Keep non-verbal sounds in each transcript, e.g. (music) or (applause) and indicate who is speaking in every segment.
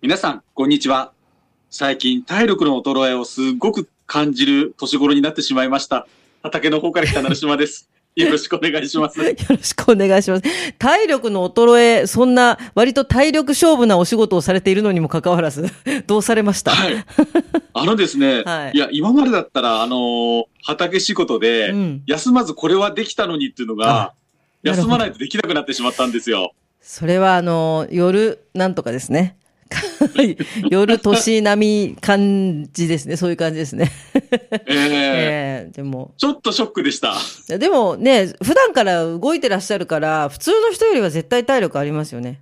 Speaker 1: 皆さん、こんにちは。最近、体力の衰えをすごく感じる年頃になってしまいました。畑の方から来た成
Speaker 2: (laughs)
Speaker 1: 島です。よろしくお願いします。
Speaker 2: よろしくお願いします。体力の衰え、そんな割と体力勝負なお仕事をされているのにもかかわらず、 (laughs) どうされました、
Speaker 1: はい。あのですね、
Speaker 2: はい
Speaker 1: い、や、今までだったら、あのー畑仕事で、
Speaker 2: うん
Speaker 1: 休まずこれはできたのにっていうのが、
Speaker 2: なるほど
Speaker 1: 休まないとできなくなってしまったんですよ。
Speaker 2: それはあの、夜なんとかですね。はい (laughs) 夜年並み感じですね。そういう感じですね。
Speaker 1: ええ
Speaker 2: (laughs) ええでも、
Speaker 1: ちょっとショックでした。
Speaker 2: いやでもね、普段から動いてらっしゃるから、普通の人よりは絶対体力ありますよね。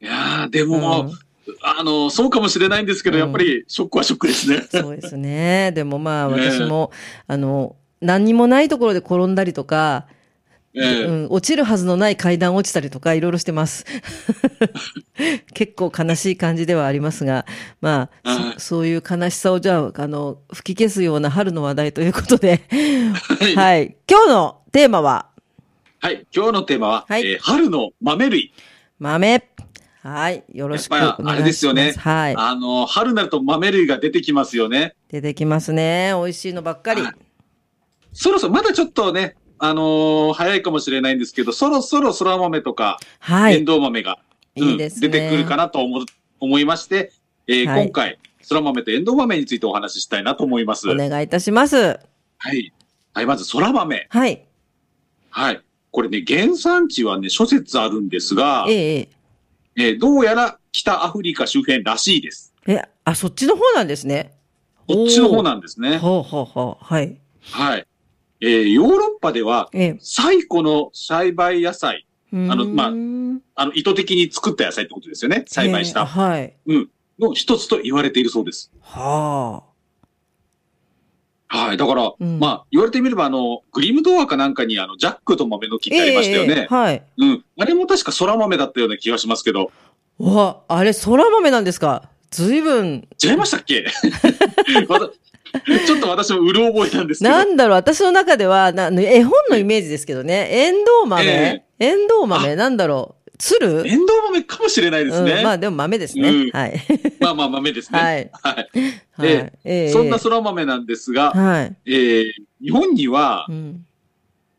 Speaker 1: いやー、でも、
Speaker 2: うん
Speaker 1: あのーそうかもしれないんですけど、
Speaker 2: うん
Speaker 1: やっぱりショックはショックで
Speaker 2: (laughs)
Speaker 1: すね。
Speaker 2: そうですね。でもまあ
Speaker 1: ねえ
Speaker 2: 私も、あの、何にもないところで転んだりとか、
Speaker 1: ええ
Speaker 2: うん、落ちるはずのない階段落ちたりとかいろいろして
Speaker 1: (laughs)
Speaker 2: ます。結構悲しい感じではありますが、まあ
Speaker 1: は、い
Speaker 2: そそういう悲しさをじゃあ、あの、吹き消すような春の話題ということで、
Speaker 1: はい
Speaker 2: はい。今日のテーマは、
Speaker 1: はい、今日のテーマは、
Speaker 2: はい
Speaker 1: えー春の豆類。
Speaker 2: 豆。はい。よろしくお願い
Speaker 1: やっ
Speaker 2: し
Speaker 1: ぱり
Speaker 2: ます。
Speaker 1: あれですよね
Speaker 2: はい。
Speaker 1: あの、春になると豆類が出てきますよね。
Speaker 2: 出てきますね。美味しいのばっかり。
Speaker 1: はいそろそろ、まだちょっとね、あのー早いかもしれないんですけど、そろそろそら豆とか、
Speaker 2: は
Speaker 1: エン
Speaker 2: い。
Speaker 1: ドウ豆が、うん
Speaker 2: いいですね。
Speaker 1: 出てくるかなと思う思いまして、えー
Speaker 2: はい
Speaker 1: 今回、そら豆とエンドウ豆についてお話ししたいなと思います。
Speaker 2: お願いいたします。
Speaker 1: はい。はい、まず、そら豆。
Speaker 2: はい。
Speaker 1: はい。これね、原産地はね、諸説あるんですが、え
Speaker 2: ええ。
Speaker 1: ーどうやら北アフリカ周辺らしいです。
Speaker 2: え、あ、そっちの方なんですね。
Speaker 1: こっちの方なんです
Speaker 2: おー
Speaker 1: ね。
Speaker 2: ほうほうほう。はい。
Speaker 1: はい。えーヨーロッパでは、
Speaker 2: ええ。
Speaker 1: 最古の栽培野菜、
Speaker 2: あの
Speaker 1: まあ
Speaker 2: あ、
Speaker 1: あの、意図的に作った野菜ってことですよね。栽培し
Speaker 2: えー
Speaker 1: た。
Speaker 2: はい。
Speaker 1: うん。の一つと言われているそうです。
Speaker 2: は
Speaker 1: はい。だから、
Speaker 2: うん
Speaker 1: まあ、言われてみれば、あの、グリムドアかなんかに、あの、ジャックと豆の木
Speaker 2: あ。
Speaker 1: ってありましたよ
Speaker 2: えええ
Speaker 1: ね。
Speaker 2: えはい。
Speaker 1: うん。あれも確か空豆だったような気がしますけど、
Speaker 2: うわ、あれ、空豆なんですかずいぶん、
Speaker 1: 違いました
Speaker 2: (laughs)
Speaker 1: っけわたちょっと私もうる覚えなんですけど。
Speaker 2: なんだろう、私の中では、な絵本のイメージですけどね。エンドウ豆
Speaker 1: え
Speaker 2: エンドウ豆なんだろう。つる
Speaker 1: エンドウ豆かもしれないですね。
Speaker 2: うん、まあ、でも豆ですね。
Speaker 1: うん
Speaker 2: はい。
Speaker 1: まあまあ豆ですね。
Speaker 2: は
Speaker 1: (laughs) はい。
Speaker 2: い。はい
Speaker 1: ええ。
Speaker 2: ええ
Speaker 1: そんな空豆なんですが、
Speaker 2: はい。
Speaker 1: えー日本には
Speaker 2: うん。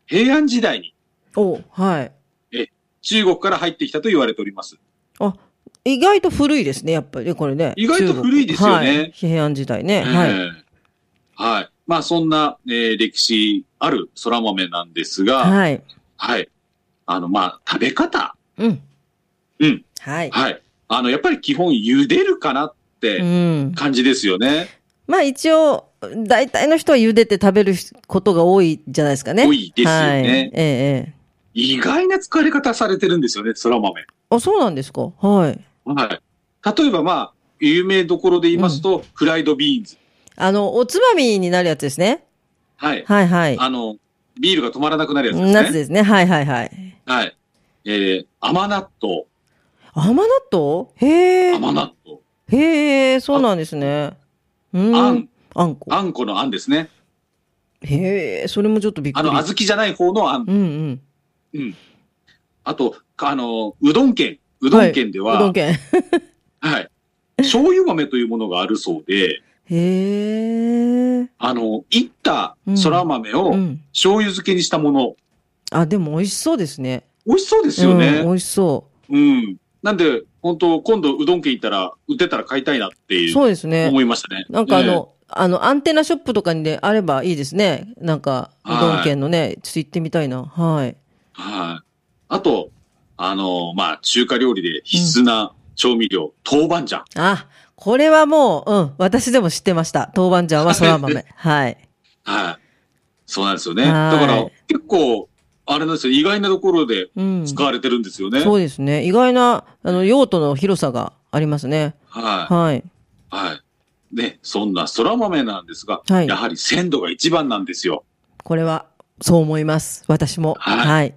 Speaker 1: 平安時代に
Speaker 2: お、はい。
Speaker 1: 中国から入ってきたと言われております。
Speaker 2: あ、意外と古いですね、やっぱりね、これね。
Speaker 1: 意外と古いですよね
Speaker 2: 中国はい平安時代ね。は。
Speaker 1: はいい。はい。まあ、そんな、えー歴史ある空豆なんですが、はい。
Speaker 2: はい。
Speaker 1: あの、まあ、食べ方。
Speaker 2: うん。
Speaker 1: うん。
Speaker 2: はい。
Speaker 1: はい。あの、やっぱり基本茹でるかなっ
Speaker 2: う
Speaker 1: て
Speaker 2: ん。
Speaker 1: 感じですよね。
Speaker 2: まあ一応、大体の人は茹でて食べることが多いじゃないですかね。
Speaker 1: 多いですよね
Speaker 2: はい、ええええ
Speaker 1: 意外な使われ方されてるんですよね、空豆。
Speaker 2: あ、そうなんですかはい。
Speaker 1: はい。例えば、まあ、有名どころで言いますと、フライドビーンズ。
Speaker 2: あの、おつまみになるやつですね。
Speaker 1: はい。
Speaker 2: はいはい。
Speaker 1: あの、ビールが止まらなくなるやつですね。
Speaker 2: 夏ですね。はいはいはい。
Speaker 1: はい。えー、甘納豆。
Speaker 2: 甘納豆へえ。
Speaker 1: 甘納豆。
Speaker 2: へえ、そうなんですね。うん。
Speaker 1: あん。
Speaker 2: あんこ。
Speaker 1: あんこのあんですね。
Speaker 2: へえ、それもちょっとびっく
Speaker 1: あ
Speaker 2: り。
Speaker 1: の、小豆じゃない方のあん。
Speaker 2: うんうん。
Speaker 1: うん。あと、かあの、うどん県。うどん県で
Speaker 2: うど
Speaker 1: は、
Speaker 2: ん県。
Speaker 1: はい。醤油豆というものがあるそうで、
Speaker 2: へえ。
Speaker 1: あの、いったそら豆を
Speaker 2: うん。
Speaker 1: 醤油漬けにしたもの。
Speaker 2: あ、でも美味しそうですね。
Speaker 1: 美味しそうですよ
Speaker 2: うん、美
Speaker 1: ね。
Speaker 2: 味しそ
Speaker 1: うん。なんで、本当今度うどん県行ったら、売ってたら買いたいなって
Speaker 2: う。
Speaker 1: いう、
Speaker 2: そうですね。
Speaker 1: 思いましたね。
Speaker 2: なんかあ
Speaker 1: え
Speaker 2: の、あの、アンテナショップとかにであればいいですね。なんか、う
Speaker 1: はい
Speaker 2: どん県のね、ちょっと行ってみたいな。はい。
Speaker 1: えはい。あと、あの、まあ、中華料理で必須な調味料、豆板醤。
Speaker 2: あ、これはもう、うん、私でも知ってました。豆板
Speaker 1: (laughs)
Speaker 2: 醤はそら豆。はい。
Speaker 1: はい。そうなんですよね。
Speaker 2: は
Speaker 1: だ
Speaker 2: い
Speaker 1: から、結構、あれなんですよ、意外なところで
Speaker 2: うん。
Speaker 1: 使われてるんですよね。
Speaker 2: そうですね。意外な、あの、用途の広さがありますね。
Speaker 1: は
Speaker 2: はい。
Speaker 1: い。はい。で、そんな空豆なんですが、
Speaker 2: はい
Speaker 1: やはり鮮度が一番なんですよ。
Speaker 2: これは、そう思います。私も。は。
Speaker 1: はい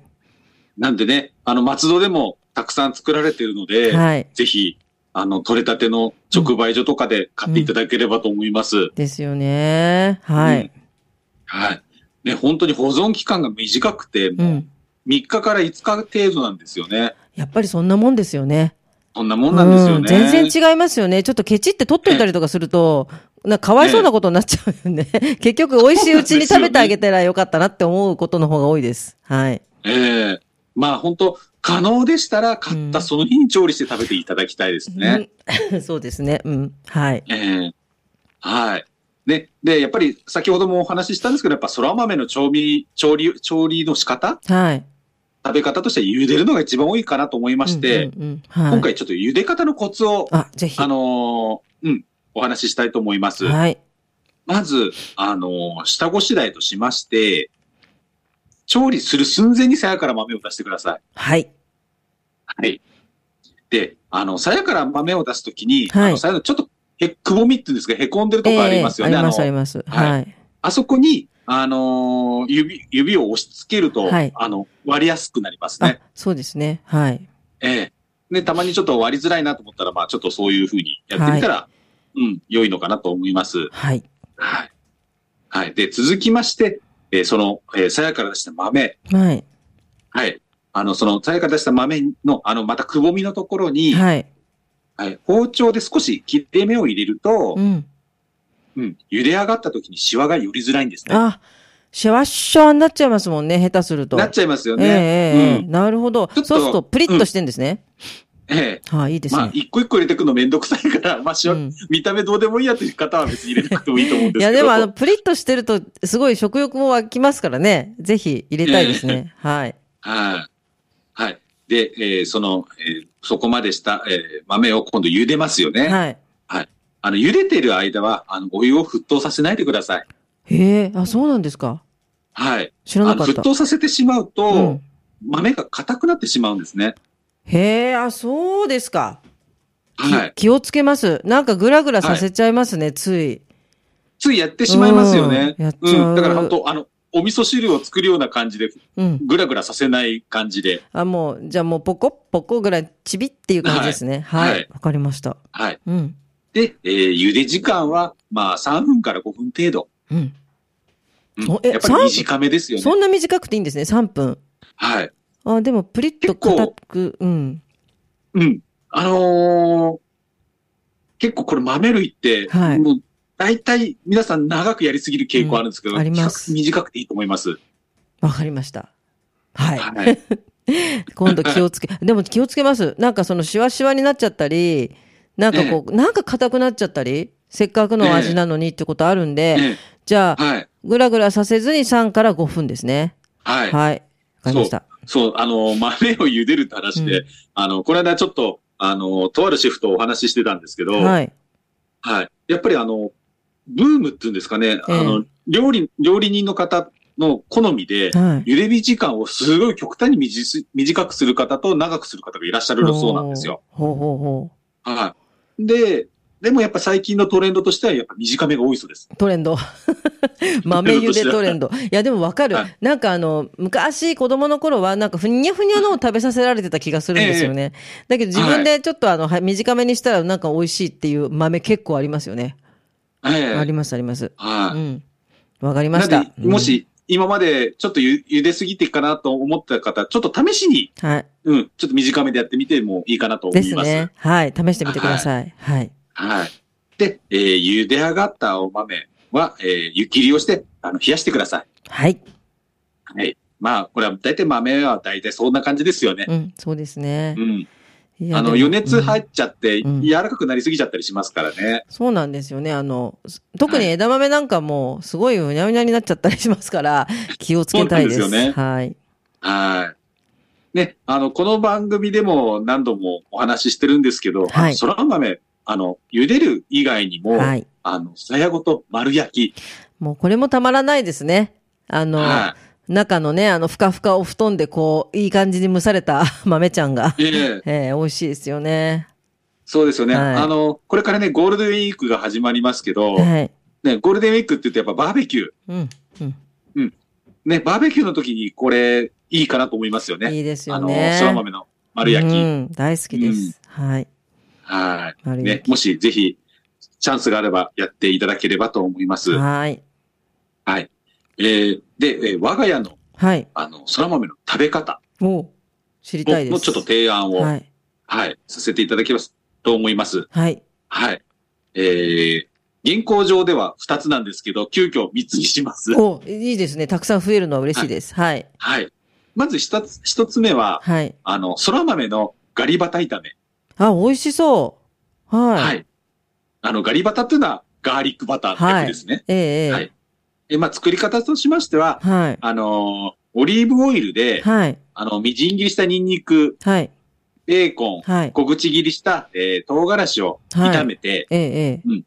Speaker 1: なんでね、あの、松戸でもたくさん作られてるので、
Speaker 2: はい。
Speaker 1: ぜひ、あの、取れたての直売所とかで買っていただければと思います。
Speaker 2: ですよね。は
Speaker 1: うん
Speaker 2: い。
Speaker 1: はい。ね、本当に保存期間が短くて、
Speaker 2: う。
Speaker 1: もうん3日から5日程度なんですよね。
Speaker 2: やっぱりそんなもんですよね。
Speaker 1: そんなもんなんですよね。
Speaker 2: うん全然違いますよね。ちょっとケチって取っといたりとかすると、なんかかわいそうなことになっちゃうよね。 (laughs) 結局、美味しいうちに食べてあげたらよかったなって思うことの方が多いです。はい。
Speaker 1: ええまあ本当可能でしたら買ったその日に調理して食べていただきたいですね。
Speaker 2: うん (laughs) そうですね。うん。はい。
Speaker 1: ええはい。ね、で、やっぱり先ほどもお話ししたんですけど、やっぱそら豆の調味、調理、調理の仕方
Speaker 2: はい。
Speaker 1: 食べ方としては茹でるのが一番多いかなと思いまして、
Speaker 2: うんうんうんはい、
Speaker 1: 今、回ちょっと茹で方のコツを、
Speaker 2: あ、ぜひ。
Speaker 1: あのーうん、お話ししたいと思います。
Speaker 2: はい。
Speaker 1: まず、あのー下ごしらえとしまして、調理する寸前にさやから豆を出してください。
Speaker 2: はい。
Speaker 1: はい。で、あの、鞘から豆を出すときに、
Speaker 2: はい
Speaker 1: あの、鞘のちょっと、へ、くぼみっていうんですか、へこんでるとこありますよね。
Speaker 2: ええあります、あ
Speaker 1: あ
Speaker 2: り
Speaker 1: の、
Speaker 2: ます。
Speaker 1: はい
Speaker 2: はい。
Speaker 1: あそこに、あのー指、指を押し付けると、
Speaker 2: はい
Speaker 1: あの、割りやすくなります
Speaker 2: あ
Speaker 1: ね。、
Speaker 2: そうですね。はい。
Speaker 1: ええで、たまにちょっと割りづらいなと思ったら、まあ、ちょっとそういうふうにやってみたら、うん、良いのかなと思います。
Speaker 2: はい。
Speaker 1: はい。はい。で、続きまして、えーその、えー、鞘から出した豆、
Speaker 2: はい。
Speaker 1: はい。あの、その、鞘から出した豆の、あの、またくぼみのところに、
Speaker 2: はい。
Speaker 1: はい、包丁で少し切れ目を入れると
Speaker 2: う、ん。
Speaker 1: うん、茹で上がった時にシワが寄りづらいんですね。
Speaker 2: あ、シャワッシャワになっちゃいますもんね、下手すると。
Speaker 1: なっちゃいますよ
Speaker 2: ええ
Speaker 1: ね。
Speaker 2: ええええなるほど
Speaker 1: ちょっ。と
Speaker 2: そうすると、プリッとしてんですね。
Speaker 1: うん、ええ
Speaker 2: はい、いいです
Speaker 1: まあ
Speaker 2: ね、。
Speaker 1: 一個一個入れてくのめんどくさいから、まあ、しわ
Speaker 2: うん
Speaker 1: 見た目どうでもいいやという方は別に入れなくてもいいと思うんで
Speaker 2: い
Speaker 1: す
Speaker 2: や、
Speaker 1: けど。
Speaker 2: でも、あの、プリッとしてると、すごい食欲も湧きますからね。ぜひ、入れたいですね。はい。
Speaker 1: はい。はい。で、えーその、えーそこまでした、えー豆を今度茹でますよね。
Speaker 2: はい。
Speaker 1: あの、茹でてる間は、あの、お湯を沸騰させないでください。
Speaker 2: へえ、あ、そうなんですか。
Speaker 1: はい。
Speaker 2: 知
Speaker 1: あ
Speaker 2: らな
Speaker 1: の、
Speaker 2: かった
Speaker 1: 沸。騰させてしまうと、
Speaker 2: うん
Speaker 1: 豆が硬くなってしまうんですね。
Speaker 2: へえ、あ、そうですか。き
Speaker 1: はい。
Speaker 2: 気をつけます。なんかグラグラさせちゃいますね、つい。
Speaker 1: ついやってしまいますよね。
Speaker 2: うんやっちゃうん
Speaker 1: だから本当、あの、お味噌汁を作るような感じで、
Speaker 2: うん。
Speaker 1: ぐらぐらさせない感じで。
Speaker 2: あ、もう、じゃあもう、ポコッポコぐらい、ちびっていう感じですね。
Speaker 1: はい
Speaker 2: は
Speaker 1: はいい。
Speaker 2: わかりました。
Speaker 1: はい。
Speaker 2: うん。
Speaker 1: で、えー茹で時間は、まあ、3分から5分程度。
Speaker 2: うん。
Speaker 1: うん
Speaker 2: おえ
Speaker 1: やっぱり短めですよ
Speaker 2: そ
Speaker 1: ね。
Speaker 2: んな短くていいんですね、3分。
Speaker 1: はい。
Speaker 2: あ、でも、プリッと硬く、うん。
Speaker 1: うん。あのー結構これ豆類って、
Speaker 2: はい
Speaker 1: もう、大体皆さん長くやりすぎる傾向あるんですけど、
Speaker 2: うんあります
Speaker 1: 比較短くていいと思います。
Speaker 2: わかりました。はい。 (laughs)
Speaker 1: はい。
Speaker 2: 今度気を
Speaker 1: (laughs)
Speaker 2: つけ、でも気をつけます。なんかそのシワシワになっちゃったり、なんかこう、なんか硬くなっちゃったり、せっかくの味なのにってことあるんで、
Speaker 1: ね
Speaker 2: じゃあ、
Speaker 1: はい。
Speaker 2: ぐらぐらさせずに3から5分ですね。
Speaker 1: はい。
Speaker 2: はい。わかりました。
Speaker 1: そう、あの、豆を茹でるって話で、
Speaker 2: う
Speaker 1: あの、この間ちょっと、あの、とあるシェフとお話ししてたんですけど、はい。
Speaker 2: はい。
Speaker 1: やっぱりあの、ブームっていうんですかね、
Speaker 2: ええ
Speaker 1: あの、料理、料理人の方の好みで、
Speaker 2: はい。
Speaker 1: 茹で日時間をすごい極端に短い短くする方と長くする方がいらっしゃるそうなんですよ。
Speaker 2: ほうほうほ
Speaker 1: はい。で、でもやっぱ最近のトレンドとしてはやっぱ短めが多いそうです。
Speaker 2: う。トレンド。 (laughs) 豆茹でトレンド。いや、でもわかる
Speaker 1: はい。
Speaker 2: なんかあの、昔子供の頃は、なんかふにゃふにゃのを食べさせられてた気がするんですよね。だけど自分でちょっとあの、はい短めにしたらなんか美味しいっていう豆結構ありますよね。
Speaker 1: ええ
Speaker 2: ありますあります。
Speaker 1: はい。
Speaker 2: うん。わかりま
Speaker 1: な
Speaker 2: し
Speaker 1: んで
Speaker 2: た。うん
Speaker 1: も、し、今までちょっとゆ茹ですぎてかなと思った方、ちょっと試しに
Speaker 2: はい。
Speaker 1: うん、ちょっと短めでやってみてもいいかなと思
Speaker 2: です
Speaker 1: います。
Speaker 2: ね。はい。試してみてください。はい。
Speaker 1: はい。で、えー茹で上がった青豆は、えー湯切りをして、あの、冷やしてください。
Speaker 2: はい。
Speaker 1: はい。まあ、これは大体豆は大体そんな感じですよね。
Speaker 2: うん。そうですね
Speaker 1: う。ん。
Speaker 2: いや
Speaker 1: あの、
Speaker 2: でも
Speaker 1: 余熱入
Speaker 2: うん
Speaker 1: っちゃって、
Speaker 2: うん
Speaker 1: 柔らかくなりすぎちゃったりしますからね。
Speaker 2: そうなんですよね。あの、す特に
Speaker 1: はい
Speaker 2: 枝豆なんかも、すごいうにゃうにゃになっちゃったりします
Speaker 1: (laughs)
Speaker 2: から、気をつけたいです。
Speaker 1: そうなんですよね
Speaker 2: はい。
Speaker 1: はい。ね、あの、この番組でも何度もお話ししてるんですけど、
Speaker 2: はい
Speaker 1: そら豆、あの、茹でる以外にも、
Speaker 2: はい。
Speaker 1: あの、さやごと丸焼き。
Speaker 2: もうこれもたまらないですね。あの、
Speaker 1: は
Speaker 2: 中のね、あの、ふかふかお布団でこう、いい感じに蒸された (laughs) 豆ちゃんが、
Speaker 1: ええ
Speaker 2: えー美味しいですよね。
Speaker 1: そうですよね、
Speaker 2: はい
Speaker 1: あの、これからね、ゴールデンウィークが始まりますけど、
Speaker 2: はい。
Speaker 1: ね、ゴールデンウィークって言ってやっぱバーベキュー。
Speaker 2: うん。うん。
Speaker 1: ね、バーベキューの時にこれ、いいかなと思いますよね。
Speaker 2: いいです
Speaker 1: あ
Speaker 2: よ
Speaker 1: の、
Speaker 2: ね。
Speaker 1: そら豆の丸焼き。
Speaker 2: うん、大好きです。はい。
Speaker 1: は
Speaker 2: 丸
Speaker 1: い。ね
Speaker 2: 焼、
Speaker 1: もしぜひ、チャンスがあればやっていただければと思います。
Speaker 2: き。
Speaker 1: は
Speaker 2: はい。
Speaker 1: い。えーで、えー我が家の、
Speaker 2: はい。
Speaker 1: あの、そら豆の食べ方
Speaker 2: もう、知りたいで
Speaker 1: を
Speaker 2: す。
Speaker 1: のちょっと提案を、
Speaker 2: はい。
Speaker 1: はい、させていただきます、と思います。
Speaker 2: はい。
Speaker 1: はい。えー、現行上では2つなんですけど、急遽3つにします。
Speaker 2: お、いいですね。たくさん増えるのは嬉しいです。はい。
Speaker 1: はい。まず一つ、一つ目は、
Speaker 2: はい。
Speaker 1: あの、そら豆のガリバタ炒め。
Speaker 2: あ、美味しそう。はい。
Speaker 1: はい。あの、ガリバタっていうのは、ガーリックバターの略ですね。
Speaker 2: ええええ
Speaker 1: はい。え、まあ、作り方としましては、
Speaker 2: はい。
Speaker 1: あのーオリーブオイルで、
Speaker 2: はい。
Speaker 1: あの、みじん切りしたニンニク、
Speaker 2: はい。
Speaker 1: ベーコン、
Speaker 2: はい。
Speaker 1: 小口切りした、えー、唐辛子を
Speaker 2: はい
Speaker 1: 炒めて、
Speaker 2: ええええ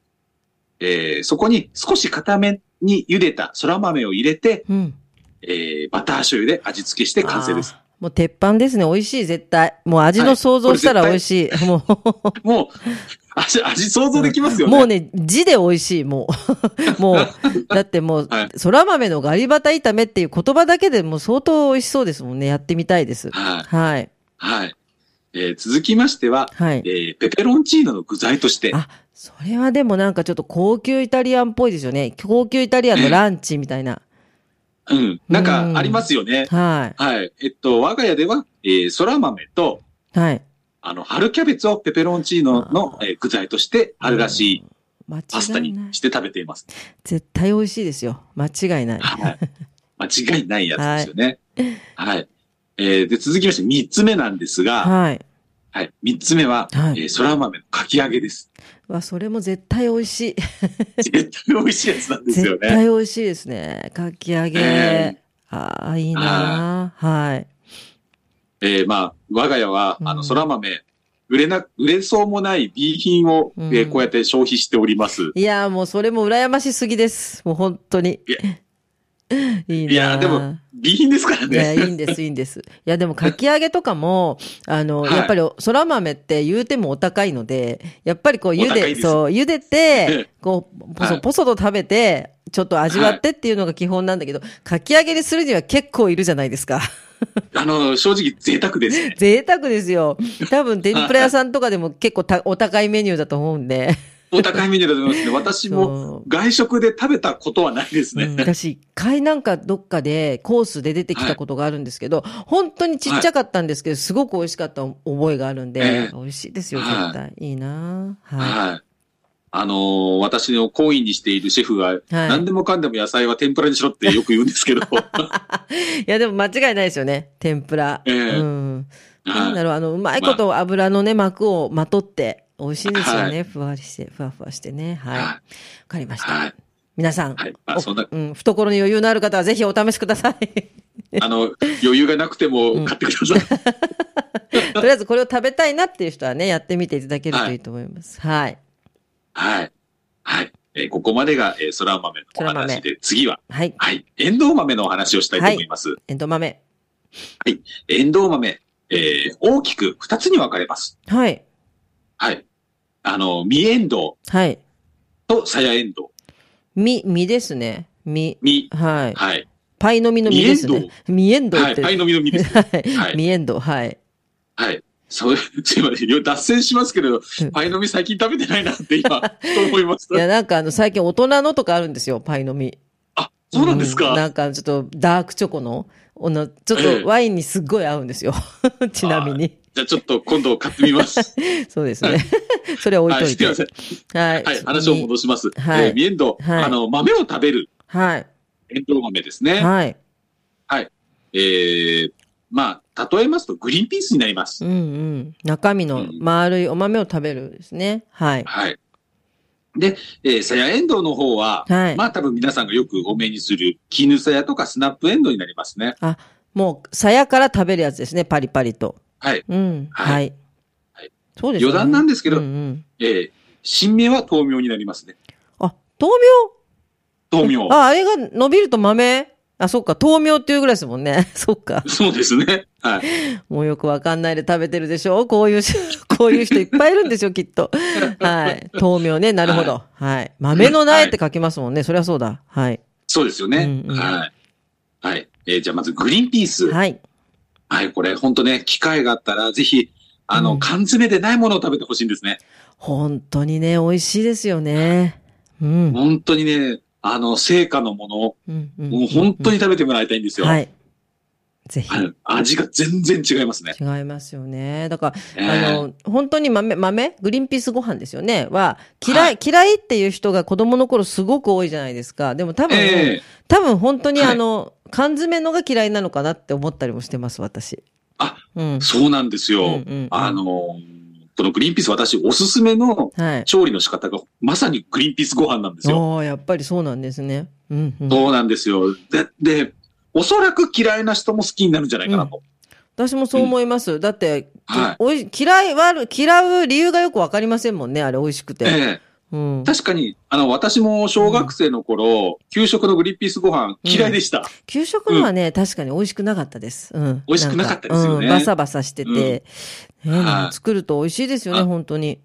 Speaker 1: えーそこに少し固めに茹でたそら豆を入れて、
Speaker 2: うん。
Speaker 1: えーバター醤油で味付けして完成です。
Speaker 2: あー。もう鉄板ですね。美味しい、絶対。もう味の想像したら
Speaker 1: はい
Speaker 2: 美味しい。も
Speaker 1: もう、味、味想像できます (laughs)
Speaker 2: う、
Speaker 1: よね。
Speaker 2: もうね、字で美味しい、もう。 (laughs) もう、だってもう
Speaker 1: (laughs) はい、
Speaker 2: そら豆のガリバタ炒めっていう言葉だけでもう相当美味しそうですもんね。やってみたいです。
Speaker 1: はい。
Speaker 2: はい。
Speaker 1: はい。えー続きましては、
Speaker 2: はい。
Speaker 1: えーペペロンチーノの具材として、
Speaker 2: あ、それはでもなんかちょっと高級イタリアンっぽいですよね。高級イタリアンのランチみたいな。
Speaker 1: うん、なんかありますよね。
Speaker 2: は
Speaker 1: はい。えっと、我が家では、えー、そら豆と、
Speaker 2: い。はい。
Speaker 1: あの、春キャベツをペペロンチーノの
Speaker 2: あ
Speaker 1: えー具材として、春らしい
Speaker 2: 間違
Speaker 1: パスタ
Speaker 2: い
Speaker 1: に
Speaker 2: ない
Speaker 1: し。て食べています。
Speaker 2: 絶対美味しいですよ。間違いない。
Speaker 1: はい。間違いないやつですよね。はい。えーで、続きまして、三つ目なんですが、
Speaker 2: はい。
Speaker 1: はい。三つ目は、
Speaker 2: はい
Speaker 1: えー、そら豆のかき揚げ
Speaker 2: (laughs)
Speaker 1: です。
Speaker 2: わ、それも絶対美味しい。
Speaker 1: 絶対美味しいやつなんですよ
Speaker 2: 絶
Speaker 1: ね。
Speaker 2: 対美味しいですね。かき揚げ。
Speaker 1: え
Speaker 2: ああ、いいなあはい。
Speaker 1: えーまあ、我が家は、
Speaker 2: うん
Speaker 1: あの、そら豆、売れな、売れそうもない B 品を、えー
Speaker 2: うん
Speaker 1: こうやって消費しております。
Speaker 2: いやあ、もうそれも羨ましすぎです。もう本当に
Speaker 1: い。
Speaker 2: (laughs) いいなあ
Speaker 1: いやーでも、B 品ですから
Speaker 2: いや、
Speaker 1: ね。
Speaker 2: いいんです、いいんです。いや、でも、かき揚げとかも、あの、
Speaker 1: はい
Speaker 2: やっぱり、そら豆って言うてもお高いので、やっぱりこう、
Speaker 1: お
Speaker 2: 茹
Speaker 1: 高
Speaker 2: で、
Speaker 1: いです
Speaker 2: そう、茹で
Speaker 1: え
Speaker 2: て、こう、ポ
Speaker 1: は
Speaker 2: ソ
Speaker 1: い
Speaker 2: ポソと食べて、ちょっと味わってっていうのが基本なんだけど、かき揚げにするには結構いるじゃないですか。
Speaker 1: (laughs)
Speaker 2: (laughs)
Speaker 1: あの、正直贅沢ですね。
Speaker 2: 贅沢ですよ。多分、天ぷら屋さんとかでも結構たお高いメニューだと思うんで。
Speaker 1: お高いメニューだと思いますね。私も
Speaker 2: そう
Speaker 1: 外食で食べたことはないですね。
Speaker 2: うん私、一回なんかどっかでコースで出てきたことがあるんですけど、本当にちっちゃかったんですけど、すごく美味しかった覚えがあるんで、
Speaker 1: ええ
Speaker 2: 美味しいですよ、
Speaker 1: はい
Speaker 2: 絶対。いいなぁは
Speaker 1: はい。あのー私の懇意にしているシェフが、何でもかんでも野菜は天ぷらにしろってよく言うんで
Speaker 2: (laughs)
Speaker 1: すけど、
Speaker 2: い。いや、でも間違いないですよね、天ぷら。
Speaker 1: ええ
Speaker 2: うん。なんだ
Speaker 1: は
Speaker 2: ろう、あの、うまいこと油のね、膜をまとって、美味しいですよね、ふわりして、ふわふわしてね。はい。わ
Speaker 1: は
Speaker 2: かりました。
Speaker 1: はい
Speaker 2: 皆さん、
Speaker 1: はいまあ
Speaker 2: お
Speaker 1: そんな
Speaker 2: うん、懐に余裕のある方はぜひお試しください。
Speaker 1: い。あの、余裕がなくても買ってください。
Speaker 2: とりあえずこれを食べたいなっていう人はね、やってみていただけるといいと思います。はい。
Speaker 1: はい。はい。えーここまでが、えー、そら豆のお
Speaker 2: そら豆
Speaker 1: 話で、次は、
Speaker 2: はい。
Speaker 1: はい。エンドウ豆のお話をしたいと思います。
Speaker 2: えんどう豆。
Speaker 1: エンドウ豆、えー大きく2つに分かれます。
Speaker 2: はい。
Speaker 1: はい。あの、実エンド
Speaker 2: はい。
Speaker 1: ウとさやエンドウ。
Speaker 2: み、みですね。み。
Speaker 1: 実。
Speaker 2: はい。
Speaker 1: はい。
Speaker 2: パイの実の実ですね。みえんどう
Speaker 1: は
Speaker 2: っ
Speaker 1: い。
Speaker 2: て。
Speaker 1: パイの実の実です。
Speaker 2: (laughs) は。
Speaker 1: はいい
Speaker 2: みえんどう。はい。
Speaker 1: はい。そう、すいません。よ脱線しますけれど
Speaker 2: ん、
Speaker 1: パイの実最近食べてないなって
Speaker 2: (laughs)
Speaker 1: 今、と思いまし
Speaker 2: いや、
Speaker 1: た。
Speaker 2: なんかあの、最近大人のとかあるんですよ、パイの実。
Speaker 1: あ、そうなんです
Speaker 2: う
Speaker 1: か。
Speaker 2: なんかちょっとダークチョコの、あの、ちょっ
Speaker 1: ええ
Speaker 2: とワインにすっごい合うんですよ。 (laughs) ちなみに。
Speaker 1: じゃあちょっと今度買ってみます。
Speaker 2: そうですね。 (laughs) それは置い
Speaker 1: はい、
Speaker 2: と
Speaker 1: す
Speaker 2: い
Speaker 1: い
Speaker 2: て。
Speaker 1: ません。
Speaker 2: はい
Speaker 1: はい、話を戻します。え
Speaker 2: はい
Speaker 1: ー、ミエンドウ、
Speaker 2: はい
Speaker 1: あの、豆を食べる、
Speaker 2: はい。
Speaker 1: エンドウ豆ですね。
Speaker 2: はい。
Speaker 1: えー、まあ、例えますとグリーンピースになります
Speaker 2: うん。うん。中身の丸いお豆を食べるですね。はい。
Speaker 1: はい。で、えー、さやエンドウの方は、
Speaker 2: はい
Speaker 1: まあ多分皆さんがよくお目にする、絹さやとかスナップエンドウになりますね。
Speaker 2: あ、もう、鞘から食べるやつですね、パリパリと。
Speaker 1: はい。
Speaker 2: うん。は。
Speaker 1: はいはい
Speaker 2: そうですよね。
Speaker 1: 余談なんですけど
Speaker 2: うんうん
Speaker 1: えー、新芽は豆苗になりますね。
Speaker 2: あ、豆
Speaker 1: 豆苗。
Speaker 2: 苗あ、あれが伸びると豆あ、そっか、豆苗っていうぐらいですもんね。 (laughs) そっか。
Speaker 1: そうですね。はい。
Speaker 2: もうよくわかんないで食べてるでしょこういう
Speaker 1: (laughs)
Speaker 2: し、こういう人いっぱいいるんでしょきっと。はい。豆苗ね。なるほど。はい。豆の苗って書きますもんね。そりゃそうだ。はい。
Speaker 1: そうですよね。
Speaker 2: うんうん
Speaker 1: はい。はい。えーじゃあまずグリーンピース。はい。
Speaker 2: はい。
Speaker 1: これ本当ね、機会があったらぜひ、あの、
Speaker 2: うん
Speaker 1: 缶詰でないものを食べてほしいんですね。
Speaker 2: 本当にね、美味しいですよね。うん。
Speaker 1: 本当にね、あの、成果のものを、
Speaker 2: うんうん
Speaker 1: もう本当に食べてもらいたいんですよ。
Speaker 2: はい。ぜひ。
Speaker 1: はい味が全然違いますね。
Speaker 2: 違いますよね。だから、
Speaker 1: えー
Speaker 2: あの、本当に豆、豆グリーンピースご飯ですよね。は、嫌い、
Speaker 1: は
Speaker 2: 嫌いっていう人が子供の頃すごく多いじゃないですか。でも多分、
Speaker 1: ええ
Speaker 2: 多分本当に
Speaker 1: はい
Speaker 2: あの、缶詰のが嫌いなのかなって思ったりもしてます、私。
Speaker 1: あ、
Speaker 2: うん。
Speaker 1: そうなんですよ。
Speaker 2: うんうんうん
Speaker 1: あの、このグリーンピース私おすすめの
Speaker 2: はい。
Speaker 1: 調理の仕方がまさにグリーンピースご飯なんですよ。
Speaker 2: ああ、やっぱりそうなんですね。うん、うん。
Speaker 1: そうなんですよ。で、で、おそらく嫌いな人も好きになるんじゃないかなと。
Speaker 2: 私もそう思います。だって、
Speaker 1: はい
Speaker 2: おい嫌いはある、嫌う理由がよくわかりませんもんね、あれ美味しくて。
Speaker 1: ええ
Speaker 2: うん。
Speaker 1: 確かに、あの、私も小学生の頃、給食のグリーンピースご飯嫌いでした。
Speaker 2: 給食のはね、確かに美味しくなかったです。うん。
Speaker 1: 美味しくなかったですよね
Speaker 2: んバサバサしてて。ねでも
Speaker 1: はい
Speaker 2: 作ると美味しいですよね、
Speaker 1: あ
Speaker 2: 本当に。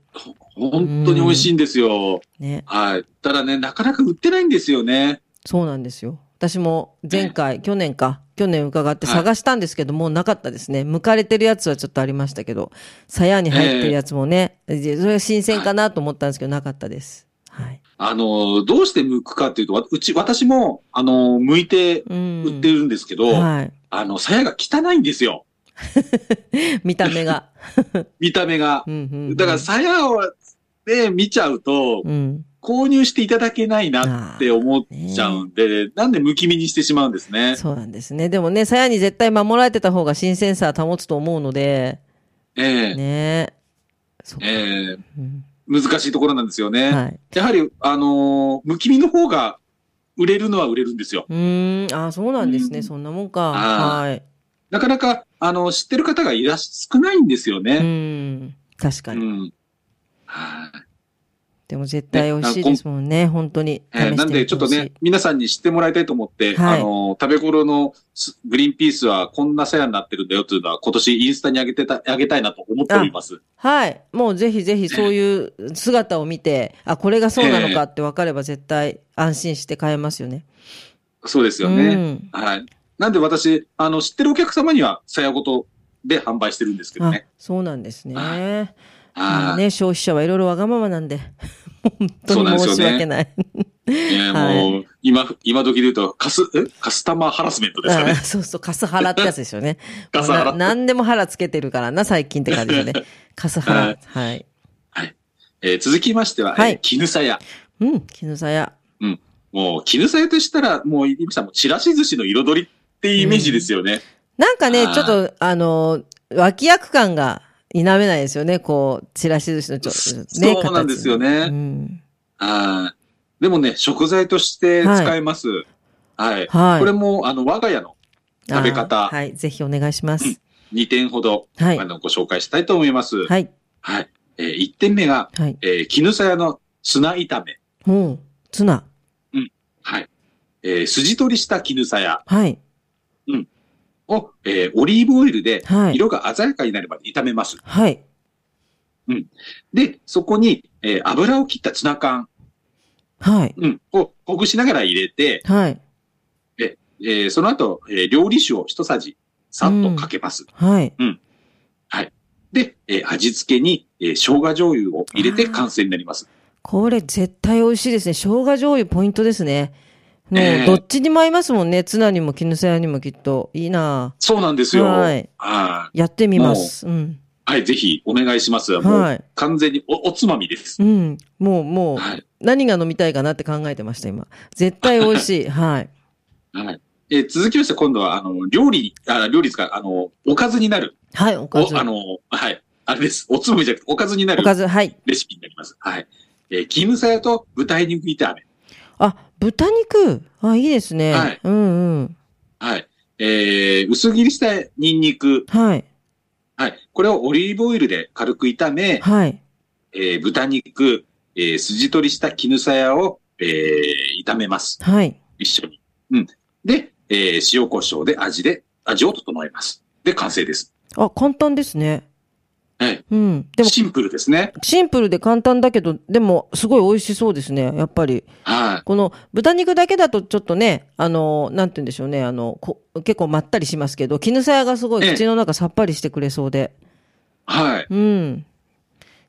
Speaker 1: 本当に美味しいんですよ。
Speaker 2: ね。
Speaker 1: はい。ただね、なかなか売ってないんですよね。
Speaker 2: そうなんですよ。私も前回、去年か、去年伺って
Speaker 1: はい
Speaker 2: 探したんですけど、もうなかったですね。剥かれてるやつはちょっとありましたけど、鞘に入ってるやつもね、でそれが新鮮かなと思ったんですけど、なかったです。はい。
Speaker 1: あの、どうして剥くかっていうと、わうち、私も、あの、剥いて
Speaker 2: うん。
Speaker 1: 売ってるんですけど、
Speaker 2: はい。
Speaker 1: あの、鞘が汚いんですよ。
Speaker 2: 見た目
Speaker 1: (laughs)
Speaker 2: が。
Speaker 1: 見た目が
Speaker 2: う。んうんうん
Speaker 1: だから、鞘を、で、見ちゃうと、
Speaker 2: うん。
Speaker 1: 購入していただけないなって思っちゃうんで、なんで剥き身にしてしまうんですね。
Speaker 2: そうなんですね。でもね、鞘に絶対守られてた方が新鮮さは保つと思うので、
Speaker 1: え
Speaker 2: ね
Speaker 1: え
Speaker 2: え。そうか
Speaker 1: ええ
Speaker 2: うん
Speaker 1: 難しいところなんですよね。
Speaker 2: はい。
Speaker 1: やはり、あのー、むき身の方が売れるのは売れるんですよ。
Speaker 2: うーん、あーそうなんです
Speaker 1: う
Speaker 2: ね。
Speaker 1: ん
Speaker 2: そんなもんか。
Speaker 1: あ
Speaker 2: はい。
Speaker 1: なかなか、あの、知ってる方がいらっし少ないんですよ
Speaker 2: う
Speaker 1: ね。
Speaker 2: ん。確
Speaker 1: う
Speaker 2: かに。
Speaker 1: ん。はい
Speaker 2: でも絶対美味しいですもんね。本当に。
Speaker 1: えーなんで、ちょっとね、皆さんに知ってもらいたいと思って、
Speaker 2: はい
Speaker 1: あのー、食べ頃のスグリーンピースはこんなさやになってるんだよというのは、今年インスタに上げてた、上げたいなと思っております。
Speaker 2: はい。もうぜひぜひそういう姿を見て、あ、これがそうなのかって分かれば絶対安心して買えますよね。
Speaker 1: そうです
Speaker 2: う
Speaker 1: よね。
Speaker 2: ん。
Speaker 1: はい。なんで私、あの、知ってるお客様には、さやごとで販売してるんですけど
Speaker 2: あ
Speaker 1: ね。、
Speaker 2: そうなんですね。ま
Speaker 1: は
Speaker 2: あ
Speaker 1: い。
Speaker 2: ね、消費者はいろいろわがままなんで。本当
Speaker 1: そうなん
Speaker 2: に
Speaker 1: ですよ
Speaker 2: 申
Speaker 1: ね
Speaker 2: し訳ない。
Speaker 1: いや
Speaker 2: はい
Speaker 1: もう、今、今時で言うと、カス、えカスタマーハラスメントですかね
Speaker 2: あ。そうそう、カスハラってやつですよね。
Speaker 1: (laughs) カスハラ
Speaker 2: もうな何でも腹つけてるからな、最近って感
Speaker 1: (laughs)
Speaker 2: じでね。カスハ
Speaker 1: は
Speaker 2: ラ
Speaker 1: い。
Speaker 2: はい。
Speaker 1: えー続きましては、
Speaker 2: はい
Speaker 1: えー絹さや。
Speaker 2: うん、絹さや。
Speaker 1: もう、絹さやとしたら、もう、イブさんも、ちらし寿司の彩りっていうイメージですよね。
Speaker 2: なんかね
Speaker 1: あ、ー
Speaker 2: ちょっと、あの、脇役感が否めないですよね。こう、ちらし寿司のちょ
Speaker 1: そ
Speaker 2: っと、ね、
Speaker 1: そうなんですよ
Speaker 2: 形の
Speaker 1: ね。
Speaker 2: うん
Speaker 1: あーでもね、食材として使えます。はい。
Speaker 2: はい。
Speaker 1: これも、あの、我が家の食べ方
Speaker 2: あーはい、ぜひお願いしま
Speaker 1: う
Speaker 2: す。
Speaker 1: 2点ほど、
Speaker 2: はい
Speaker 1: あ。の、ご紹介したいと思います。はい。
Speaker 2: はい。
Speaker 1: えー1点目が、
Speaker 2: はい。
Speaker 1: えー絹さやのツナ炒め。
Speaker 2: うん。ツナ。
Speaker 1: はい。えー筋取りした絹さや
Speaker 2: はい。
Speaker 1: を、えーオリーブオイルで、
Speaker 2: はい。
Speaker 1: 色が鮮やかになるまで炒めます。
Speaker 2: はい。
Speaker 1: で、そこに、えー油を切ったツナ缶、
Speaker 2: はい。
Speaker 1: うん、をほぐしながら入れて、
Speaker 2: はい。
Speaker 1: えーその後、えー料理酒を一さじ3とかけます。
Speaker 2: はい。
Speaker 1: で、えー味付けに、えー生姜醤油を入れて完成になります。
Speaker 2: これ絶対美味しいですね。生姜醤油ポイントですね。も
Speaker 1: え
Speaker 2: う
Speaker 1: え
Speaker 2: どっちにも合いますもんね。ツナにも絹さやにもきっと。いいな
Speaker 1: そうなんですよ。
Speaker 2: は
Speaker 1: はい。
Speaker 2: い。
Speaker 1: は
Speaker 2: やってみます。うん。
Speaker 1: い、ぜひお願いします。もう
Speaker 2: はい。
Speaker 1: 完全におおつまみです。
Speaker 2: うん。もう、もう、
Speaker 1: はい。
Speaker 2: 何が飲みたいかなって考えてました、今。絶対美味
Speaker 1: (laughs)
Speaker 2: しい。はい。
Speaker 1: はい。えー続きまして、今度は、あの、料理に、あ料理ですか、あの、おかずになる。
Speaker 2: はい、おかず
Speaker 1: お、。あの、はい。あれです。おつまみじゃなくて、おかずにな
Speaker 2: お
Speaker 1: る
Speaker 2: かず、はい。
Speaker 1: レシピになります。はい。えー、キムサヤと豚肉炒め。
Speaker 2: あ、豚肉。あ、いいですね。
Speaker 1: はい
Speaker 2: うんうん。
Speaker 1: はい。えー、薄切りしたニンニク。
Speaker 2: はい。
Speaker 1: はい。これをオリーブオイルで軽く炒め、
Speaker 2: はい。
Speaker 1: えー、豚肉、えー、筋取りした絹さやを、えー、炒めます。
Speaker 2: はい。
Speaker 1: 一緒に。うん。で、えー塩コショウで味で、味を整えます。で、完成です。
Speaker 2: あ、簡単ですね。
Speaker 1: はい。
Speaker 2: うん。でも、
Speaker 1: シンプルですね。
Speaker 2: シンプルで簡単だけど、でも、すごい美味しそうですね。やっぱり。
Speaker 1: はい。
Speaker 2: この豚肉だけだとちょっとね、あの、なんて言うんでしょうね、あの、こ結構まったりしますけど、絹さやがすご
Speaker 1: え
Speaker 2: い
Speaker 1: え
Speaker 2: 口の中さっぱりしてくれそうで。
Speaker 1: はい。
Speaker 2: うん。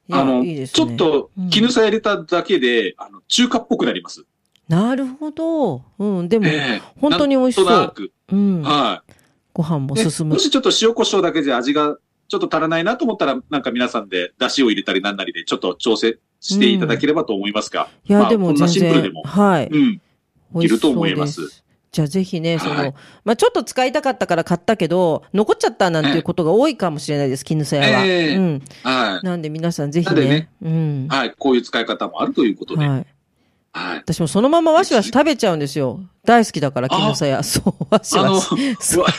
Speaker 2: いや
Speaker 1: あの、
Speaker 2: いいです
Speaker 1: ち
Speaker 2: ね。
Speaker 1: ょっと
Speaker 2: うん、
Speaker 1: 絹さや入れただけで、あの、中華っぽくなります。
Speaker 2: なるほど。うん、でも、
Speaker 1: ええ
Speaker 2: 本当に美味しそう
Speaker 1: なんとなく。
Speaker 2: うん。
Speaker 1: は
Speaker 2: ご飯も
Speaker 1: い。で
Speaker 2: 進む
Speaker 1: も。しちょっと塩コショウだけじゃ味がちょっと足らないなと思ったら、なんか皆さんで出汁を入れたりなんなりで、ちょっと調整していただければと思いますが。
Speaker 2: いや、
Speaker 1: まあ
Speaker 2: でも
Speaker 1: こんな
Speaker 2: 全
Speaker 1: シンプル
Speaker 2: 然
Speaker 1: でも、
Speaker 2: はい。
Speaker 1: うん。
Speaker 2: 美味しそう
Speaker 1: いると思います
Speaker 2: です。じゃあぜひね、その、
Speaker 1: はい
Speaker 2: まあちょっと使いたかったから買ったけど、残っちゃったなんていうことが多いかもしれないです、絹さやは。
Speaker 1: ええ
Speaker 2: うん。
Speaker 1: は
Speaker 2: なんで皆さんぜひ
Speaker 1: なんで
Speaker 2: ね
Speaker 1: ね。
Speaker 2: うん
Speaker 1: い。。はい。こういう使い方もあるということで。はい。
Speaker 2: はい。私もそのままわしわし食べちゃうんですよ。大好きだから、
Speaker 1: あ
Speaker 2: 絹さや。そう、わし
Speaker 1: あの
Speaker 2: わし。そう
Speaker 1: わ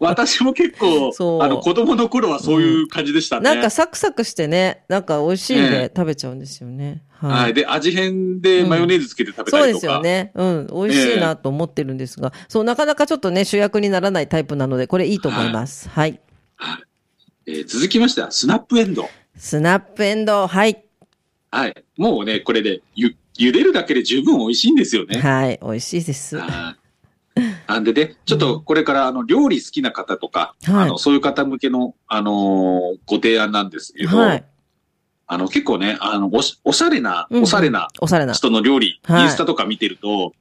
Speaker 1: 私も結
Speaker 2: そう
Speaker 1: 構、あの、子供の頃はそういう感じでしたね。
Speaker 2: なんかサクサクしてね、なんか美味しいん
Speaker 1: え
Speaker 2: で
Speaker 1: え
Speaker 2: 食べちゃうんですよね。は。
Speaker 1: はいい。で、味変でマヨネーズつけて食べ
Speaker 2: そう
Speaker 1: たり
Speaker 2: で
Speaker 1: と
Speaker 2: す
Speaker 1: か。
Speaker 2: よね。うん。美味しいなと思ってるんですが、そう、なかなかちょっとね、主役にならないタイプなので、これいいと思います。はい。
Speaker 1: えー続きましては、スナップエンドウ。
Speaker 2: スナップエンドウ、はい。
Speaker 1: はい。もうね、これで、ゆ、茹でるだけで十分美味しいんですよね。
Speaker 2: はい。美味しいです。
Speaker 1: はいあんでね、ちょっとこれから、あの、料理好きな方とか、
Speaker 2: はい
Speaker 1: あの、そういう方向けの、あのーご提案なんですけど、
Speaker 2: はい。
Speaker 1: あの、結構ね、あの、おし、おしゃれな、
Speaker 2: うん
Speaker 1: おしゃれな
Speaker 2: おしゃれな。
Speaker 1: 人の料理、
Speaker 2: はい
Speaker 1: インスタとか見てると、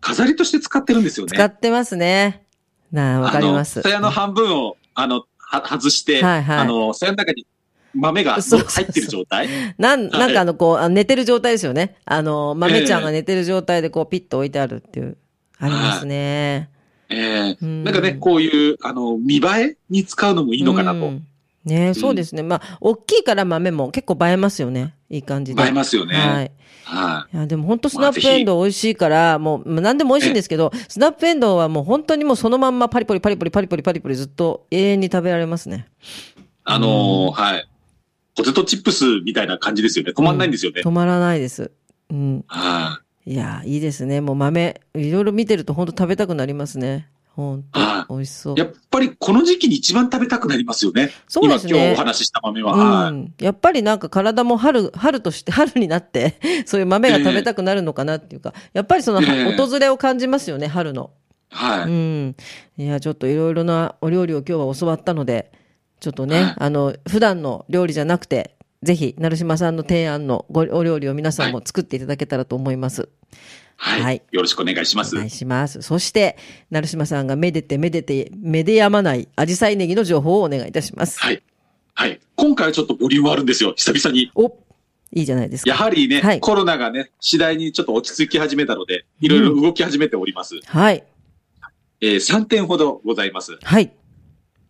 Speaker 1: 飾りとして使ってるんですよね。
Speaker 2: 使ってますね。なあ、わかります。
Speaker 1: あの、鞘の半分を、あの、は外して、
Speaker 2: はいはい
Speaker 1: あの、鞘の中に豆が
Speaker 2: そうそうそう
Speaker 1: 入ってる状態
Speaker 2: なん、
Speaker 1: はい
Speaker 2: なんかあの、こう、あの寝てる状態ですよね。あの、豆ちゃんが寝てる状態で、こう、ピッと置いてあるっていう。ありますね。
Speaker 1: ええ
Speaker 2: うん
Speaker 1: なんかね、こういう、あの、見栄えに使うのもいいのかな
Speaker 2: う
Speaker 1: と。
Speaker 2: んねそうですね。まあ、大きいから豆も結構映えますよね。いい感じで。
Speaker 1: 映えますよね。
Speaker 2: は
Speaker 1: はい。
Speaker 2: い。いや、でも本当スナップ
Speaker 1: まあ
Speaker 2: エンドウ美味しいから、もう、まあ何でも美味しいんですけど、スナップエンドウはもう本当にもうそのまんまパリポリパリポリパリポリパリポリずっと永遠に食べられますね。
Speaker 1: あのーはい。ポテトチップスみたいな感じですよね。止まんないんですよね。
Speaker 2: 止まらないです。うん。
Speaker 1: はい
Speaker 2: や、いいですね。もう豆、いろいろ見てると本当食べたくなりますね。本
Speaker 1: は
Speaker 2: 当美味しそう
Speaker 1: い。や。っぱりこの時期に一番食べたくなりますよね。
Speaker 2: そうです
Speaker 1: 今今日
Speaker 2: ね
Speaker 1: お。話しした豆は。
Speaker 2: う
Speaker 1: はい
Speaker 2: ん、やっぱりなんか体も春、春として、春になって、 (laughs) そういう豆が食べたくなるのかなっていうか、やっぱりその、
Speaker 1: ええ
Speaker 2: 訪れを感じますよね、春の。
Speaker 1: は
Speaker 2: う
Speaker 1: い。
Speaker 2: ん。いや、ちょっといろいろなお料理を今日は教わったので、ちょっと
Speaker 1: は
Speaker 2: ね
Speaker 1: い、
Speaker 2: あの、普段の料理じゃなくて、ぜひ、成島さんの提案のごお料理を皆さんも作っていただけたらと思います。
Speaker 1: はい。
Speaker 2: はい
Speaker 1: よろしくお願いしま
Speaker 2: お
Speaker 1: す。
Speaker 2: 願いします。そして、成島さんがめでてめでて、めでやまない、アジサイネギの情報をお願いいたします。
Speaker 1: はい。はい。今回はちょっとボリュームあるんですよ。久々に。
Speaker 2: お、いいじゃないです
Speaker 1: や
Speaker 2: か。
Speaker 1: はりね、
Speaker 2: はい
Speaker 1: コロナがね、次第にちょっと落ち着き始めたので、いろいろ動き始めております。
Speaker 2: はい。
Speaker 1: えー3点ほどございます。
Speaker 2: はい。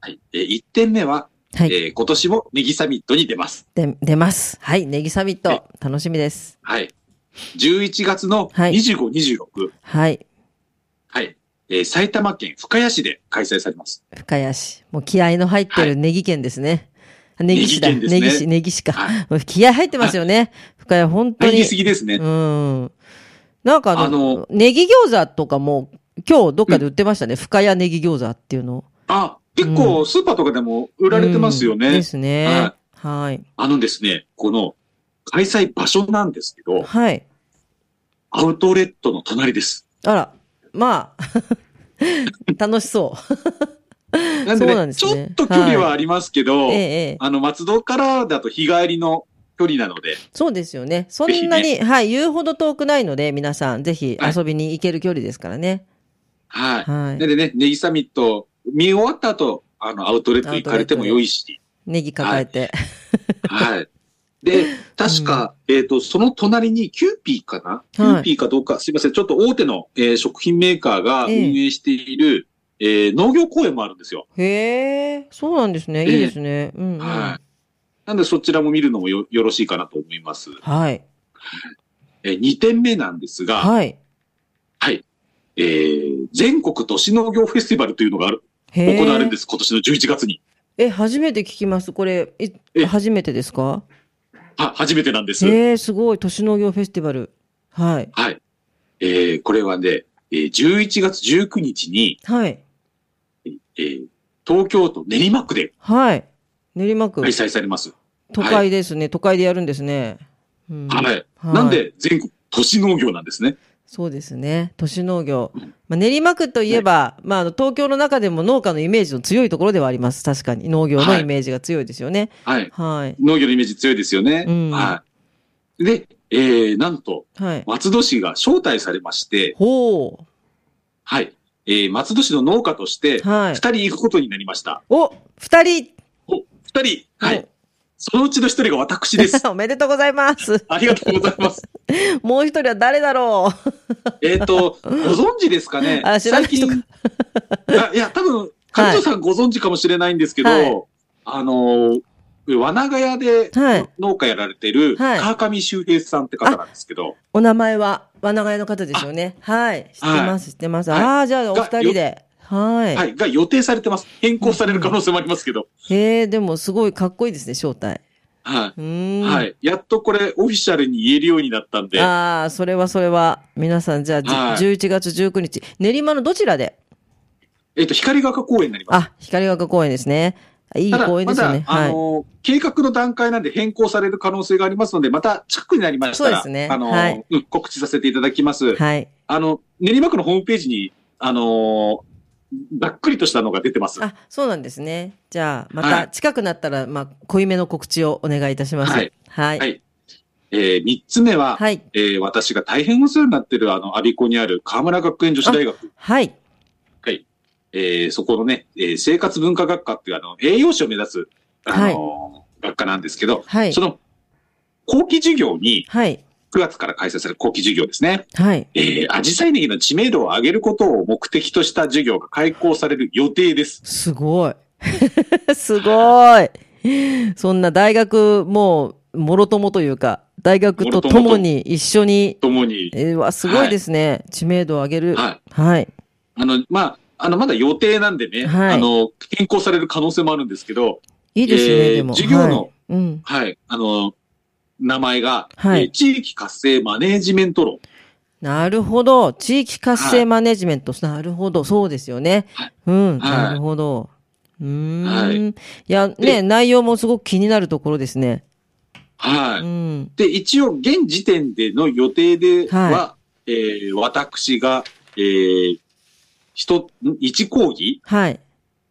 Speaker 1: はい。えー1点目は、
Speaker 2: はい。
Speaker 1: えー今年もネギサミットに出ます。
Speaker 2: で、出ます。はい。ネギサミット
Speaker 1: はい。
Speaker 2: 楽しみです。
Speaker 1: はい。11月の
Speaker 2: はい
Speaker 1: 25、26。
Speaker 2: はい。
Speaker 1: はい。えー埼玉県深谷市で開催さ
Speaker 2: (laughs)
Speaker 1: れます。
Speaker 2: 深谷市。もう気合の入って
Speaker 1: は
Speaker 2: るネギ県ですね。ネギ市だ。
Speaker 1: ネギ県ですね
Speaker 2: ネギ市、ネギ市か。
Speaker 1: は
Speaker 2: もう気合入ってますよね。深谷、本当
Speaker 1: 入
Speaker 2: に
Speaker 1: り。すぎですね。
Speaker 2: うん。なんかあの、
Speaker 1: あの
Speaker 2: ネギ餃子とかも、今日どっかで売ってましたね。深谷ネギ餃子っていうの。
Speaker 1: あ、結構スーパーとかでも売られてますよね。
Speaker 2: うんですね。はい。
Speaker 1: あのですね、この開催場所なんですけど、
Speaker 2: はい。
Speaker 1: アウトレットの隣です。
Speaker 2: あら、まあ、 (laughs) 楽しそう。
Speaker 1: なんで
Speaker 2: そう
Speaker 1: ね、
Speaker 2: なんです
Speaker 1: ち
Speaker 2: ね
Speaker 1: ょっと距離はありますけど、
Speaker 2: ええ、ええ。
Speaker 1: あの、松戸からだと日帰りの距離なので、
Speaker 2: そうですよね。そんな
Speaker 1: ぜ
Speaker 2: に、はい、言うほど遠くないので、皆さん、ぜひ
Speaker 1: はい
Speaker 2: 遊びに行ける距離ですからね。
Speaker 1: はい。
Speaker 2: は。
Speaker 1: ないんでね、ネギサミット見終わった後、あの、アウトレットに行かれても良いし、
Speaker 2: ネギ抱えて。
Speaker 1: はい。で、確か、えっ、と、その隣にキューピーかな、キューピーかどうか、すいません、ちょっと大手の、えー食品メーカーが運
Speaker 2: ええ
Speaker 1: 営している、えー農業公園もあるんですよ。
Speaker 2: へえ、そうなんですね。いいですね。うん、うん。
Speaker 1: はい。なんでそちらも見るのもよよろしいかなと思います。
Speaker 2: はい。
Speaker 1: えー、2点目なんですが、はい。
Speaker 2: はい。
Speaker 1: えー、全国都市農業フェスティバルというのがある、
Speaker 2: へえ。
Speaker 1: 行われるんです、今年の11月に。
Speaker 2: え、初めて聞きます。これ、い
Speaker 1: え
Speaker 2: 初めてですか
Speaker 1: は、初めてなんです。
Speaker 2: へえ、すごい。都市農業フェスティバル。はい。
Speaker 1: はい。えー、これはね、えー11月19日に、
Speaker 2: はい。
Speaker 1: えー東京都練馬区で
Speaker 2: はい。練馬区
Speaker 1: 開。催されます。
Speaker 2: 都会ですね。都会でやるんですね。うん
Speaker 1: はい。
Speaker 2: はい
Speaker 1: なんで、全国都市農業なんですね。
Speaker 2: そうですね。都市農業
Speaker 1: うん。
Speaker 2: まあ、練馬区といえば、まあ、あの、東京の中でも農家のイメージの強いところではあります。確かに。農業のイメージが強いですよね。
Speaker 1: はい。
Speaker 2: はい。
Speaker 1: 農業のイメージ強いですよね。
Speaker 2: うん
Speaker 1: はい。で、えー、なんと、
Speaker 2: はい。
Speaker 1: 松戸市が招待されまして、
Speaker 2: ほ
Speaker 1: はい。えー、松戸市の農家として、
Speaker 2: う。はい。
Speaker 1: 二人行くことになりました。
Speaker 2: お二人
Speaker 1: お、二人はい。そのうちの一人が私です。
Speaker 2: (laughs) おおめでとうございます。
Speaker 1: ありがとうございます。
Speaker 2: もう一人は誰だろう
Speaker 1: えっと、ご存知ですかね
Speaker 2: (laughs) あ知らない人か
Speaker 1: 最近あいや、多分、彼女さんご存知かもしれないんですけど、
Speaker 2: はい
Speaker 1: あのー、罠ヶ谷で
Speaker 2: はい
Speaker 1: 農家やられてる
Speaker 2: はい
Speaker 1: 川上修平さんって方なんですけど、
Speaker 2: お名前は、罠ヶ谷の方ですよね。はい。知ってます、知ってます。
Speaker 1: はい
Speaker 2: ああ、じゃあ、お二人で。はい。
Speaker 1: はい、が予定されてます。変更される可能性もありますけど、
Speaker 2: へえ、でも、すごいかっこいいですね、正体。
Speaker 1: は
Speaker 2: う
Speaker 1: い。
Speaker 2: ーん。
Speaker 1: はい。やっとこれ、オフィシャルに言えるようになったんで、
Speaker 2: ああ、それはそれは。皆さん、じゃあ、じ
Speaker 1: はい
Speaker 2: 11月19日、練馬のどちらで
Speaker 1: えっと、光が丘公園になります。
Speaker 2: あ、光が丘公園ですね。いい
Speaker 1: ただ、
Speaker 2: 公園
Speaker 1: ま
Speaker 2: ですよ
Speaker 1: だ、
Speaker 2: ね。
Speaker 1: あ
Speaker 2: はい。
Speaker 1: の、計画の段階なんで変更される可能性がありますので、また近くになりました
Speaker 2: そう
Speaker 1: ら、
Speaker 2: ですね
Speaker 1: あの、
Speaker 2: はい
Speaker 1: うん告知させていただきます。
Speaker 2: はい。
Speaker 1: あの、練馬区のホームページに、あのーざっくりとしたのが出てます。
Speaker 2: あ、そうなんですね。じゃあ、ま
Speaker 1: は
Speaker 2: た、
Speaker 1: い
Speaker 2: 近くなったら、まあ、濃いめの告知をお願いいたします。は
Speaker 1: はいい。
Speaker 2: はい。
Speaker 1: はいえー、三つ目は、
Speaker 2: はい。
Speaker 1: えー私が大変お世話になってる、あの、アビコにある河村学園女子大学、
Speaker 2: はい。
Speaker 1: えーそこのね、えー生活文化学科っていう、あの、栄養士を目指す、あのー学科なんですけど、
Speaker 2: はい
Speaker 1: そ。の、後期授業に、
Speaker 2: はい。
Speaker 1: 9月から開催される後期授業ですね。
Speaker 2: はい。
Speaker 1: えー、アジサイネギの知名度を上げることを目的とした授業が開講される予定です。
Speaker 2: すごい。 (laughs) すごい。そんな大学、もう、もろともというか、大学とともに一緒に、
Speaker 1: ともに、
Speaker 2: えー、わ、すごいですね。知名度を上げる。
Speaker 1: はい。
Speaker 2: はい。
Speaker 1: あの、まあ、あの、まだ予定なんでね、
Speaker 2: はい
Speaker 1: あの、変更される可能性もあるんですけど、
Speaker 2: いいですね、
Speaker 1: えー
Speaker 2: でも。
Speaker 1: 授業の
Speaker 2: はいうん。
Speaker 1: はい、あの、名前が、
Speaker 2: はい
Speaker 1: えー地域活性マネージメント論。
Speaker 2: なるほど。地域活
Speaker 1: は
Speaker 2: 性
Speaker 1: い
Speaker 2: マネジメント。なるほど。そうですよね。
Speaker 1: はい
Speaker 2: うん。
Speaker 1: はい
Speaker 2: なるほど。うーん。
Speaker 1: はいい、
Speaker 2: や、ね、
Speaker 1: で
Speaker 2: 内容もすごく気になるところですね。
Speaker 1: はい。
Speaker 2: うん。
Speaker 1: で、一応、現時点での予定では、えー私が、えー、一、ん一講義、
Speaker 2: はい。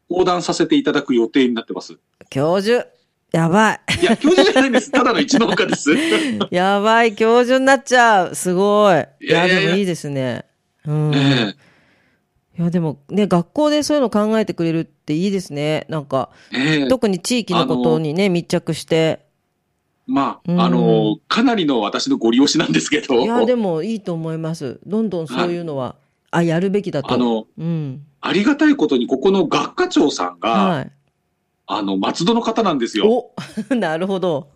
Speaker 1: 横断させていただく予定になってます。
Speaker 2: 教授。やばい。
Speaker 1: い
Speaker 2: (laughs)
Speaker 1: や、教授じゃないんです。ただの一農家です。え
Speaker 2: やばい、教授になっちゃう。すごい。い
Speaker 1: い
Speaker 2: や、
Speaker 1: やいやいや
Speaker 2: でもいいですね。うん。
Speaker 1: え
Speaker 2: いや、でもね、学校でそういうの考えてくれるっていいですね。なんか、
Speaker 1: ええ
Speaker 2: 特に地域のことにね、密着して。
Speaker 1: ま
Speaker 2: うん
Speaker 1: あ、あの、かなりの私のご利用しなんですけど、
Speaker 2: いや、でもいいと思います。どんどんそういうのは、あ、やるべきだと。
Speaker 1: あの、
Speaker 2: うん。
Speaker 1: ありがたいことに、ここの学科長さんが、
Speaker 2: はい。
Speaker 1: あの、松戸の方なんですよ。
Speaker 2: お (laughs) なるほ
Speaker 1: (laughs)
Speaker 2: ど。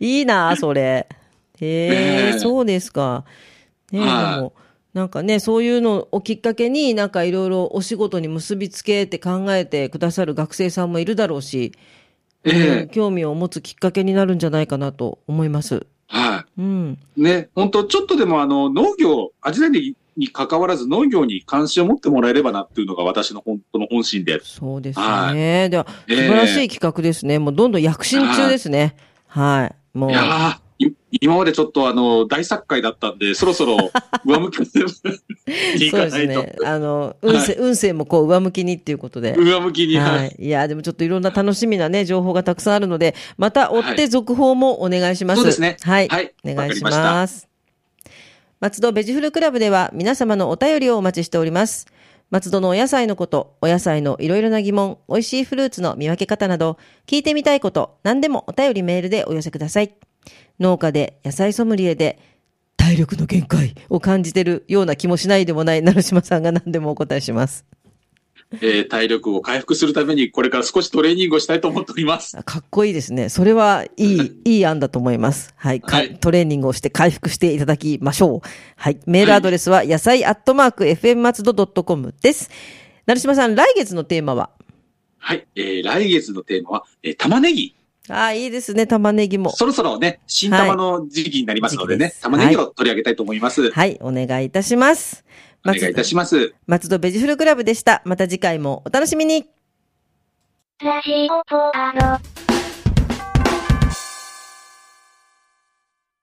Speaker 2: いいな、それ。へえ、
Speaker 1: ねえ
Speaker 2: そうですか。ねえ、
Speaker 1: はい
Speaker 2: でも、なんかね、そういうのをきっかけに、なんかいろいろお仕事に結びつけて考えてくださる学生さんもいるだろうし、うん
Speaker 1: ええ
Speaker 2: 興味を持つきっかけになるんじゃないかなと思います。
Speaker 1: は
Speaker 2: うん。
Speaker 1: い。ね、本当ちょっとでもあの、農業、アジサイネギに関わらず農業に関心を持ってもらえればなっていうのが私の本当の本心で。
Speaker 2: そうです
Speaker 1: は
Speaker 2: ね。では、
Speaker 1: え
Speaker 2: 素
Speaker 1: え
Speaker 2: 晴らしい企画ですね。もうどんどん躍進中ですね。はい。もう
Speaker 1: い。やーい今までちょっとあの、大作会だったんで、そろそろ (laughs) 上向きに
Speaker 2: (laughs)
Speaker 1: い
Speaker 2: そう
Speaker 1: か
Speaker 2: で
Speaker 1: な
Speaker 2: す
Speaker 1: いと。
Speaker 2: ね。あの、運勢、運勢もこう上向きにっていうことで。
Speaker 1: 上向きに。は
Speaker 2: はいい。いや、でもちょっといろんな楽しみなね、情報がたくさんあるので、また追っ
Speaker 1: は
Speaker 2: て続報もお願いします。
Speaker 1: そうですね
Speaker 2: はい。
Speaker 1: はい。
Speaker 2: お
Speaker 1: わ
Speaker 2: 願
Speaker 1: か
Speaker 2: い
Speaker 1: り
Speaker 2: し
Speaker 1: ました。
Speaker 2: ます。松戸ベジフルクラブでは皆様のお便りをお待ちしております。松戸のお野菜のこと、お野菜のいろいろな疑問、美味しいフルーツの見分け方など、聞いてみたいこと、何でもお便りメールでお寄せください。農家で、野菜ソムリエで、体力の限界を感じてるような気もしないでもない、成島さんが何でもお答えします。
Speaker 1: えー体力を回復するためにこれから少しトレーニングをしたいと思っております。
Speaker 2: かっこいいですね。それはい
Speaker 1: (laughs)
Speaker 2: い、いい案だと思います。はい。か
Speaker 1: はい
Speaker 2: トレーニングをして回復していただきましょう。はい。メールアドレスは、野菜アットマーク FM 松戸 .com です。成島さん、来月のテーマは
Speaker 1: はい。えー来月のテーマは、えー玉ねぎ
Speaker 2: ああ、いいですね、玉ねぎも。
Speaker 1: そろそろね、新玉の時期になりますのでね、
Speaker 2: はい時期です
Speaker 1: 玉ねぎを取り上げたいと思います。
Speaker 2: はい、お願いいたします。
Speaker 1: お願いいたします。
Speaker 2: 松戸ベジフルクラブでした。また次回もお楽しみに。
Speaker 3: ラジオポアド。